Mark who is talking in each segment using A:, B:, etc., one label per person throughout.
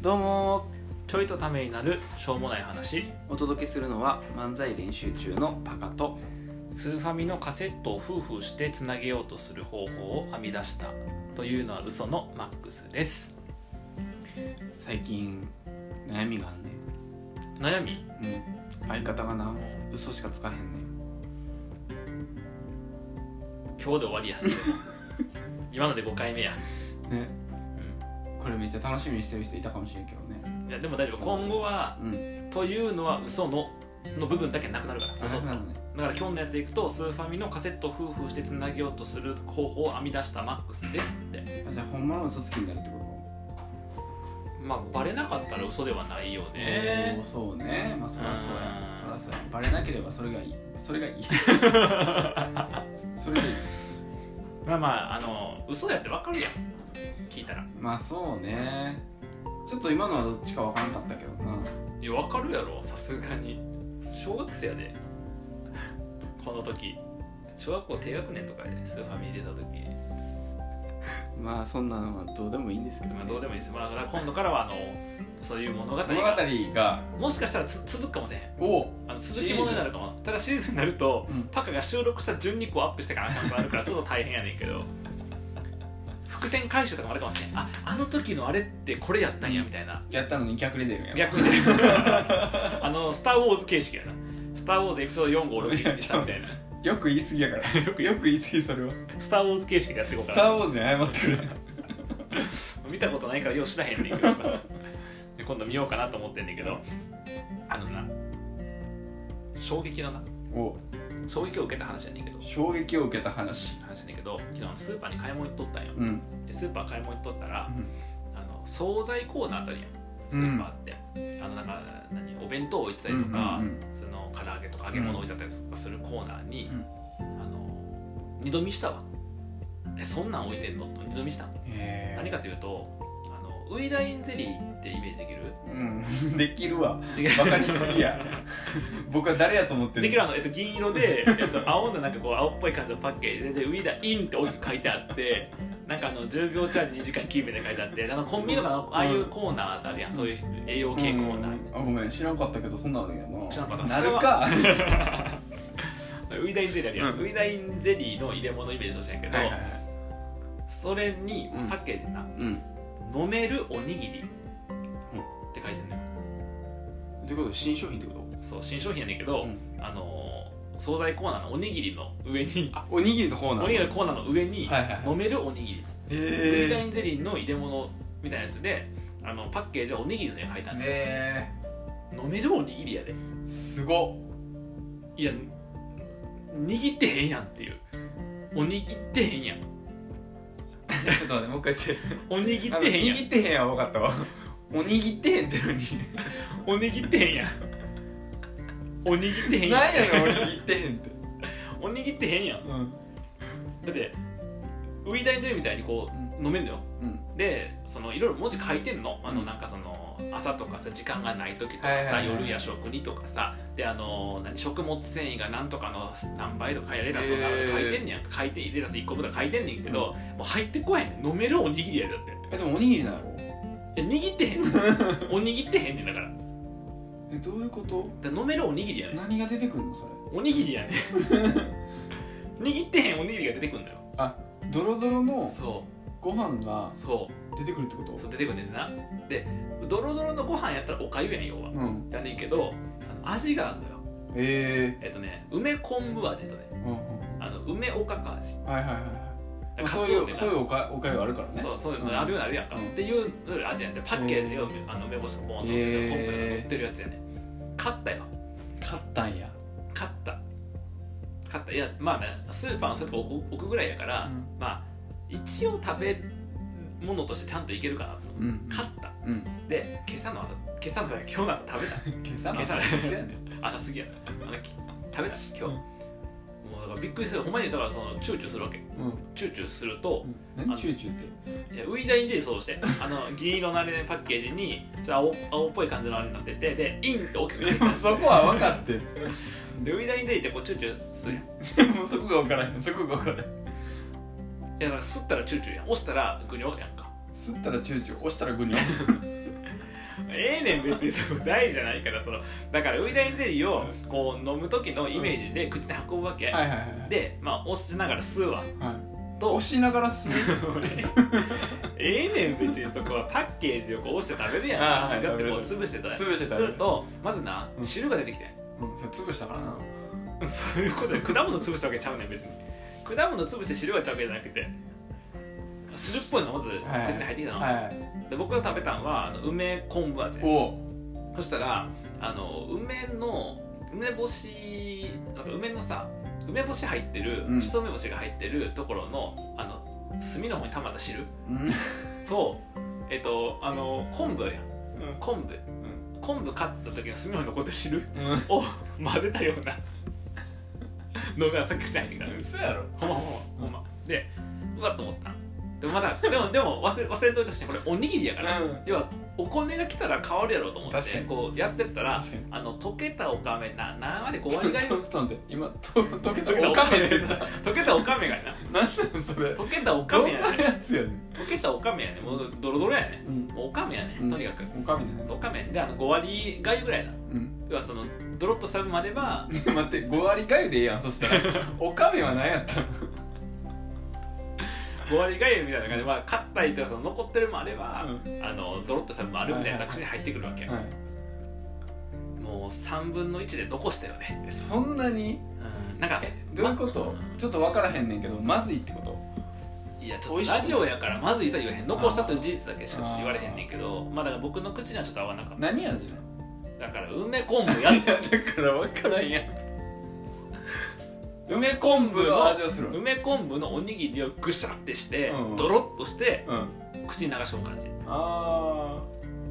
A: どうも
B: ちょいとためになるしょうもない話
A: お届けするのは漫才練習中のパカと
B: スーファミのカセットを夫婦してつなげようとする方法を編み出したというのは嘘のマックスです
A: 最近悩みがあんね
B: 悩み
A: うん相方がな嘘しかつかへんねん
B: 今日で終わりやす今ので5回目や、
A: ね
B: う
A: これめっちゃ楽しみにしてる人いたかもしれんけどね
B: ん、いやでも大丈夫今後は
A: うん
B: というのは嘘のの部分だけなくなるから嘘
A: あ
B: だ
A: なるね
B: から今日のやつでいくとスーファミのカセットを夫婦してつなげようとする方法を編み出したマックスですって
A: あじゃあほんまの嘘つきになるってこと
B: まあバレなかったら嘘ではないよ
A: お
B: ね
A: ーそうねまあそりゃそうや
B: うん
A: そりゃそうやバレなければそれがいいそれが いいそれがいい
B: まあまああの嘘やってわかるやん聞いたら
A: まあそうねちょっと今のはどっちかわからんかったけどない
B: やわかるやろさすがに小学生やで この時小学校低学年とかでスーファミ出た時
A: まあそんなのはどうでもいいんですけど、ね
B: まあどうでもいいですまあだから今度からはあのそういう物語が
A: 物語が
B: もしかしたらつ続くかもしれへん
A: お
B: あの続きものになるかもただシリーズになると、
A: うん
B: パカが収録した12個アップしてからなんかあるからちょっと大変やねんけど伏線回収とかもあるかもしれないああの時のあれってこれやったんやみたいな
A: やったのに逆レベルやん
B: 逆 にあの「スター・ウォーズ」形式やな「スター・ウォーズ」エピソード456にしたみたいな「
A: よく言い過ぎやから よく言い過ぎそれは
B: スター・ウォーズ」形式でやっていこう
A: 「スタ
B: か
A: ー・
B: な
A: ウォーズ」に謝ってくれ
B: 見たことないからよう知らへんねんけどさで今度見ようかなと思ってんねんけどあのな衝撃のな
A: お
B: 衝撃を受けた話やねんけど
A: 衝撃を受けた話
B: 話やねんけど昨日スーパーに買い物行っとったんよ
A: うん
B: でスーパー買い物行っとったら、
A: うん
B: あの惣菜コーナーあたりやんスーパーって、あのなんか何お弁当置いてたりとか、
A: うんうん
B: その唐揚げとか揚げ物置いてたりとかするコーナーに、
A: うん
B: あの二度見したわえそんなん置いてんのと二度見した
A: へ
B: 何かというとあのウイダインゼリーってイメージできる
A: うん、 できるわ
B: で
A: バカにしすぎ や僕は誰やと思ってる
B: できるあの、えっと、銀色で、えっと、青のなんかこう青っぽい感じのパッケージでで「ウィダイン」って大きく書いてあってなんかあの10秒チャージ2時間キープで書いてあってあのコンビニとかのああいうコーナーあたりやんそういう栄養系コーナーみ
A: うんあごめん知らんかったけどそんなのあるんやな
B: 知らんかった
A: なるか
B: たいなウィダインゼリーあるやん、
A: うん
B: ウィダインゼリーの入れ物イメージとしてんやけど、
A: はいはいはい
B: それに
A: うん
B: パッケージにな
A: うん
B: 「飲めるおにぎり」って書いてんのよ
A: ってこと新商品ってこと
B: そう新商品やねんけど、
A: うん
B: あのー惣菜コーナーのおにぎりの上に
A: あおにぎりの方なの
B: おにぎりのコーナーの上に
A: はいはいはい
B: 飲めるおにぎりウイダ
A: え
B: インゼリーの入れ物みたいなやつであのパッケージはおにぎりの絵描いたんで、
A: え
B: 飲めるおにぎりやで
A: ー、すごっ
B: いや握ってへんやんっていうおにぎってへんやん
A: ちょっと待ってもう一回言って
B: おにぎっ
A: あの
B: てへんやん
A: 握ってへんや分かったわおにぎってへんってのに
B: おにぎってへんやんおにぎってへんやん
A: 何やねんおにぎってへんって
B: おにぎってへんやん
A: うん
B: だってウイダインゼリーみたいにこう飲めんのよ
A: うん
B: でそのいろいろ文字書いてんのあの
A: うん
B: なんかその朝とかさ時間がない時とか
A: はいはい
B: さ
A: はいはい
B: 夜や食にとかさであの何食物繊維が何とかの何倍とかレタス
A: へ
B: とか
A: ー
B: 書いてんねやんか書いてレタス1個分とか書いてんねんけど、もう入ってこへんねん飲めるおにぎりやでだって
A: えでもおにぎりなんやろ
B: え握 ってへんねんおにぎってへんねんだからだか
A: えどういうこと
B: ら飲めるおにぎりやねん
A: 何が出てくるのそれ
B: おにぎりやねん握ってへんおに ぎりが出てくんだよ
A: ドロドロの
B: そ
A: ご飯が
B: うそ
A: 出てくるってこ
B: うそ
A: と
B: う出てくんねんなでドロドロのご飯やったらおかゆやん要は
A: うん
B: やねんけどあの味があるのよ
A: え
B: えっとね、梅昆布味とね
A: え、うんうん
B: あの梅おかか味、
A: はいはいはいはいまあ
B: か
A: そう
B: つ
A: い
B: お梅
A: う
B: な
A: そういうおかおかゆあるからね
B: そうそういう
A: うん
B: のあるようになるやんか、
A: うん
B: っていう味やんでパッケージが梅あの梅干しのボーンと
A: へー
B: 昆布が乗ってるやつやね買ったよ
A: 買ったんや
B: 買った買ったいやまあねスーパーのそういうとこ置く置くぐらいやから、
A: うん
B: まあ一応食べ物としてちゃんといけるかなと思って
A: うん
B: 買った
A: うん
B: で今朝の朝今朝の朝今日の朝食べた今
A: 今朝
B: 朝
A: の
B: の
A: 朝やね
B: 朝過ぎやなあのき食べた今日、
A: うん
B: もうだからびっくりするほんまにだからそのチューチューするわけ
A: うん
B: チューチューすると、
A: うん何チューチューって
B: いやウイダインでそうしてあの銀色のあれねパッケージにちょっと青青っぽい感じのあれになっててでインって大きく書いてある
A: そこは分かって
B: でウイダインデイってこうチューチューするやんい
A: もうそこが分からへんそこが分からへん
B: やだから吸ったらチューチューやん押したらグニョやんか
A: 吸ったらチューチュー押したらグニョ
B: ええねん別にその大じゃないからそのだからウイダインゼリーをこう飲む時のイメージで口で運ぶわけ、
A: はいはいはい
B: でまあ押しながら吸うわ
A: はい
B: と
A: 押しながら吸う
B: ええねん別にそこはパッケージをこう押して食べるやん
A: あーはい
B: だってこう
A: 食
B: 潰してたら
A: 潰してた
B: するとまずな
A: うん
B: 汁が出てきてん
A: うん、それ潰したからな
B: そういうことで果物潰したわけちゃうねん別に果物潰して汁が出たわけじゃなくて汁っぽいのまず口に
A: はい
B: 入ってきたの、
A: はい
B: で僕が食べたのはあの梅昆布味
A: おお
B: そしたらあの梅の梅干しなんか梅のさ梅干し入ってる
A: うん
B: しそ梅干しが入ってるところのあの炭の方にたまった汁
A: うん
B: とえっとあの昆布あるやん
A: うん
B: 昆布昆布買った時の炭の方に残った汁
A: うん
B: を混ぜたようなのがさっき口に入ってきたの
A: 嘘やろ
B: ほんまほんまほんまでうわっと思ったんでもまだでもでも忘れ忘れといてほしいこれおにぎりやから、
A: うん
B: 要はお米が来たら変わるやろうと思っ
A: 確か
B: て
A: に
B: こうやってったら
A: 確かに
B: あの溶けたおかめな何割5
A: ちょ
B: 割が
A: ちょっと待って今と溶けた
B: 溶
A: お
B: けた
A: かめって言った
B: 溶けたおかめがな
A: 何なんそれ
B: 溶けたおか
A: ど
B: め
A: ん
B: や
A: な
B: ね
A: やつやねん
B: 溶けたおかめやねもうドロドロやね
A: うん
B: もうおかめやね
A: うん
B: とにかく、
A: おかめだね
B: そうおかめであの5割がゆぐらいな
A: うん
B: 要はそのドロッとした分までは
A: 待って5割がゆでええやんそした らおかめは何やったの
B: 5割がゆみたいな感じでまあ勝ったりとかその残ってるもあれば、
A: う
B: あのドロッとした分もあるみたいな作詞に入ってくるわけ、
A: はい
B: もう3分の1で残したよね
A: えそんなに
B: うんなんか
A: えどういうこと、
B: ま
A: ちょっと分からへんねんけどまずいってこと
B: いやちょっ
A: 美味
B: と
A: しい
B: ラジオやからまずいとは言わへん残したという事実だけしかちょっと言われへんねんけどまあだから僕の口にはちょっと合わなかっ
A: 何味なの
B: ただから梅昆布やっ
A: だから分からんやん梅昆布の味はするわ
B: 梅昆布のおにぎりをぐしゃってして、
A: うん
B: ドロッとして
A: うん
B: 口に流し込む感じ
A: あ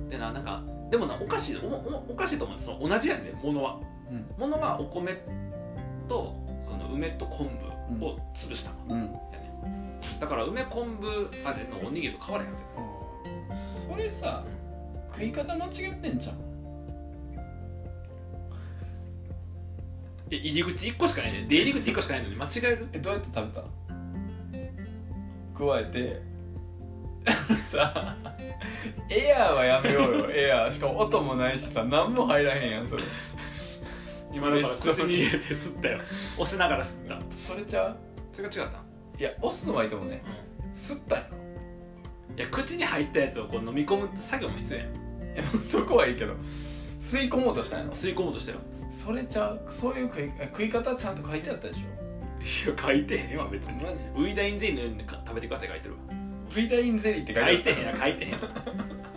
B: でななんかでもなおかしいおおおかしいと思うんですその同じやねんものは
A: あうん
B: ものはお米とその梅と昆布を潰したの、
A: うん
B: だから梅昆布味のおにぎりと変わらへんやつ
A: それさ食い方間違ってんじゃん
B: いや入り口1個しかないね出入り口1個しかないのに間違える
A: えどうやって食べた加えて さエアーはやめようよエアーしかも音もないしさ何も入らへんやんそれ
B: 今だから口に入れて吸ったよ押しながら吸った
A: それちゃう
B: それが違ったん
A: いや押すのはいいと思うね吸ったんやろ
B: いや口に入ったやつをこう飲み込む作業も必要やん
A: いやそこはいいけど吸い込もうとしたんやろ
B: 吸い込もうとしたよ
A: それちゃうそういう食い食い方ちゃんと書いてあったでし
B: いや書いてへんわ別
A: ょ
B: に
A: ジ
B: ウイダインゼリーのように食べてください書いてるわ
A: フィダインゼリーって書いてあ
B: 書
A: った
B: いて へんや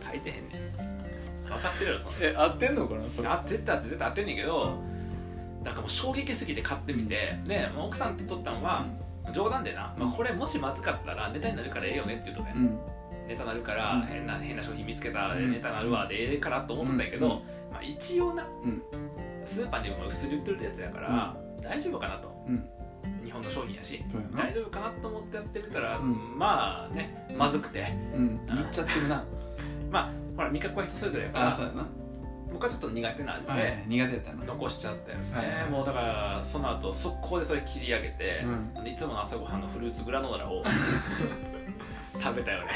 B: 書いてへん書いてへんねん分かってるやろそんな
A: え合ってんのかなそれ
B: あ絶対合って絶対合ってんねんけどなんかもう衝撃すぎて買ってみてでまあ奥さんと撮ったのは冗談でな、まあ、これもしまずかったらネタになるからええよねって言うとね、
A: うん
B: ネタなるから
A: うん
B: 変な変な商品見つけたら
A: うん
B: ネタなるわでええからと思ってたんやけど、
A: うん
B: まあ、一応な
A: うん
B: スーパーでも普通に売ってるやつやから、大丈夫かなと
A: うん
B: 日本の商品やし
A: そうやな
B: 大丈夫かなと思ってやってみたら、
A: うん
B: まあねまずくて
A: うん言っちゃってるな
B: まあほら味覚は人それぞれやか
A: あそう
B: ら
A: やな
B: 僕はちょっと苦手な味で、
A: はい苦手やったな
B: 残しちゃったよね、
A: はい
B: もうだからその後速攻でそれ切り上げて、
A: うん
B: あのいつもの朝ごはんのフルーツグラノーラ を食べたよね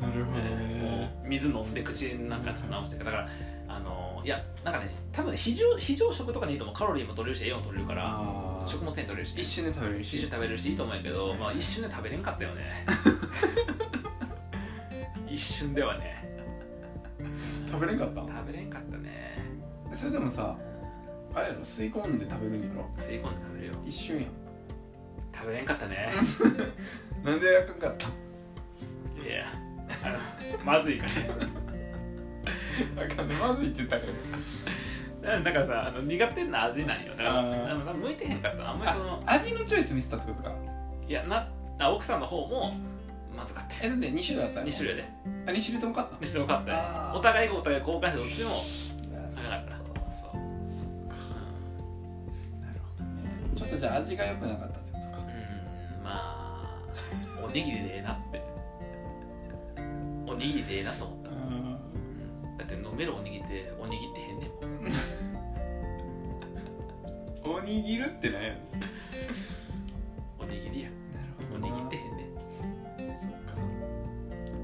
A: なるほ
B: もう水飲んで口なんかちょっと直してだからあのいやなんかね多分ね非常非常食とかでいいと思うカロリーも取れるし栄養も取れるから
A: あ
B: 食物繊維取れるし
A: 一瞬で食べれる
B: 一
A: し
B: 瞬食べれるしいいと思うんやけど、まあ、一瞬で食べれんかったよ ね一瞬ではね
A: 食べれんかった
B: 食べれんかったね
A: それでもさあれやろ吸い込んで食べるんやろ
B: 吸い込んで食べるよ
A: 一瞬や
B: 食べれんかったね
A: んなんであかんかった
B: いやあのまずいから
A: あかんねまずいって言ったから
B: うん だからさあの苦手な味なんよだから
A: あー
B: あの向いてへんかったなあんまりその
A: 味のチョイスミスったってことか
B: いやなあ奥さんの方もまずかった
A: えだって2種類あった
B: 2種類で
A: 類あ2種類とも買った
B: 2種類も買ったよ
A: あー
B: お互いがお互い交換してどっちも高かったそう
A: なるほどねちょっとじゃあ味が良くなかったってことか
B: うんまあおにぎりでええなっておにぎりでええなと思った、うんだって飲めるおにぎりっておにぎってへんねんもん
A: おにぎるってなんやねん
B: おにぎりや
A: なる
B: おにぎってへんねん
A: そっか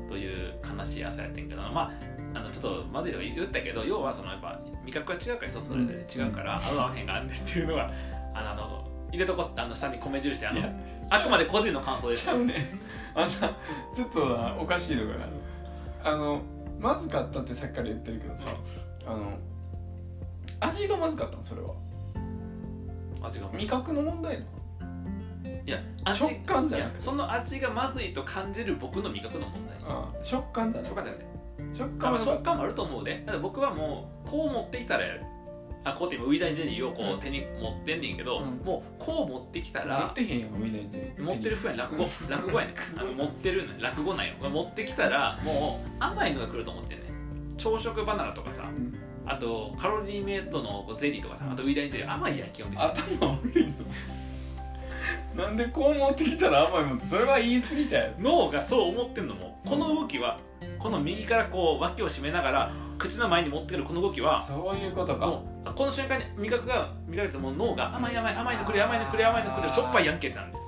B: という悲しい朝やってんけどまああのちょっとまずいとか言ったけど要はそのやっぱ味覚が違うから人それぞれ違うから合う合わへんがあんねんっていうのがあのあの入れとこあの下に米印であの
A: いや
B: あくまで個人の感想です
A: ちゃうねあんなちょっとなおかしいのかなあのまずかったってさっきから言ってるけどさあの味がまずかったのそれは
B: 味が
A: 味覚の問題なの
B: いや
A: 食感じゃなくて
B: いやその味がまずいと感じる僕の味覚の問題
A: ああ食感だね
B: 食感じゃなくて
A: 食
B: あま
A: 感は
B: あ食感もあると思うでだって僕はもうこう持ってきたらあこうって今ウイダイゼニーをこ
A: うん
B: う手に持ってんねんけど、
A: うん
B: もうこう持ってきた
A: 持っ
B: ら
A: てへんやんみたいな
B: 持ってるふうやん落語 落語やねんあ の持ってるの落語なんよ持ってきたらもう甘いのが来ると思ってんねん朝食バナナとかさ
A: うん
B: あとカロリーメイトのゼリーとかさあとウイダイゼリー甘いやん基本的に
A: 頭悪いのなんでこう持ってきたら甘いもんってそれは言い過ぎたやろ
B: 脳がそう思ってんのもこの動きはこの右からこう脇を締めながら口の前に持ってくるこの動きは
A: そういうことか
B: もうあこの瞬間に味覚が味覚ってもう脳が甘い甘い甘いのくれ甘いのくれ甘いのくれしょっぱいやんけってなんで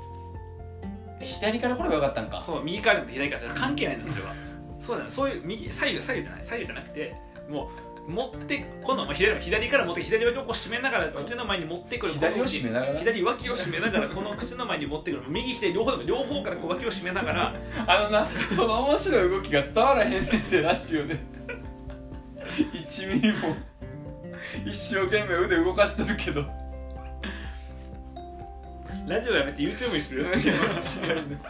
A: 左から来ればよかったんか
B: そう右からじゃなくて左からじゃなくて関係ないんですそれはそうだねそういう右左右左右じゃない左右じゃなくてもう持ってこのまあ左も左から持って左脇をこう締めながら口の前に持ってくるこの
A: 左を締めながら
B: 左脇を締めながらこの口の前に持ってくる右左両方でも両方からこう脇を締めながら
A: あのなその面白い動きが伝わらへんねんってラジオで1ミリも一生懸命腕動かしてるけど
B: ラジオやめて YouTube にす る
A: いや違うね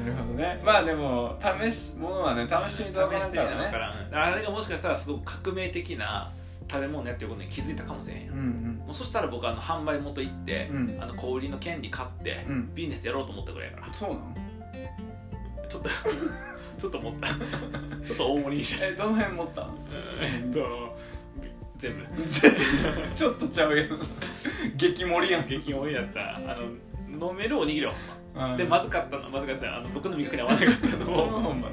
A: なるほどねまあでも試しものはね試してみたら分
B: 試
A: か
B: し
A: る
B: て
A: か
B: みなわ
A: ら
B: か
A: ね
B: らんあれがもしかしたらすごく革命的な食べ物やっていうことに気づいたかもしれへんや
A: うんんうん
B: もうそしたら僕あの販売元行って、
A: うん
B: あの小売りの権利買って、
A: うん
B: ビジネスやろうと思ったぐらいや か
A: そうなの
B: らちょっとちょっと思った ちょっと大盛りにし
A: え
B: て
A: どの辺持ったん
B: えっと全部
A: ちょっとちゃうやん激盛りやん
B: 激盛りだったあの飲めるおにぎりを、
A: うん
B: でまずかったのまずかったあの僕の味覚に合わなかったの
A: ほんま
B: を
A: ほんま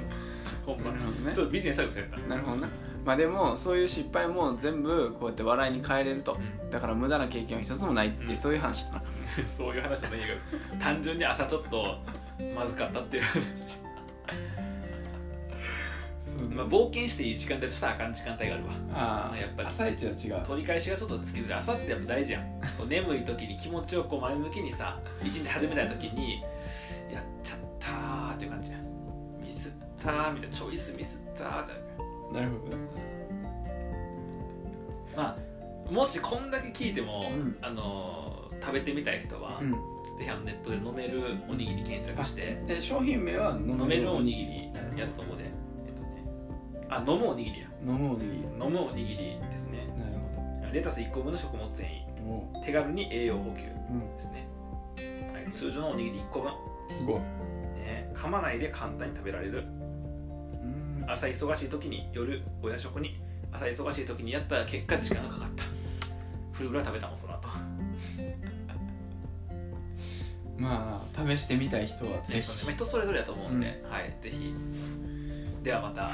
B: ほんま
A: なるほどね
B: ちょっとビジネス作戦やった、
A: なるほどなまあでもそういう失敗も全部こうやって笑いに変えれると
B: うん
A: だから無駄な経験は一つもないって、
B: うん
A: そういう話かな
B: そういう話じゃないけど単純に朝ちょっとまずかったっていう話まあ、冒険していい時間帯としたらあかん時間帯があるわ
A: ああ
B: やっぱり
A: 朝一は違う
B: 取り返しがちょっとつきづらい朝ってやっぱ大事やんこう眠い時に気持ちをこう前向きにさ一日始めたい時にやっちゃったーっていう感じやんミスったーみたいなチョイスミスったーってなるか
A: なるほどね
B: らまあもしこんだけ聞いても、
A: うん
B: あのー食べてみたい人は、
A: うん
B: ぜひあのネットで飲めるおにぎり検索して
A: え商品名は飲
B: 飲めるおに
A: り
B: ぎりやったとこでえっとねあ飲むおにぎりや
A: 飲むおにぎり
B: 飲むおにぎりですね
A: なるほ
B: レタス1個分の食物繊維
A: ども
B: 手軽に栄養補給
A: ううん
B: ですね、はい、通常のおにぎり1個分、
A: すごい
B: ね、噛まないで簡単に食べられる
A: うん
B: 朝忙しい時に夜お夜食に朝忙しい時にやった結果時間がかかったフルグラ食べたもんその後
A: まあ試してみたい人は
B: ね
A: ぜ
B: そう
A: ひ
B: ねまあ、人それぞれだと思うんで、はいぜひではまた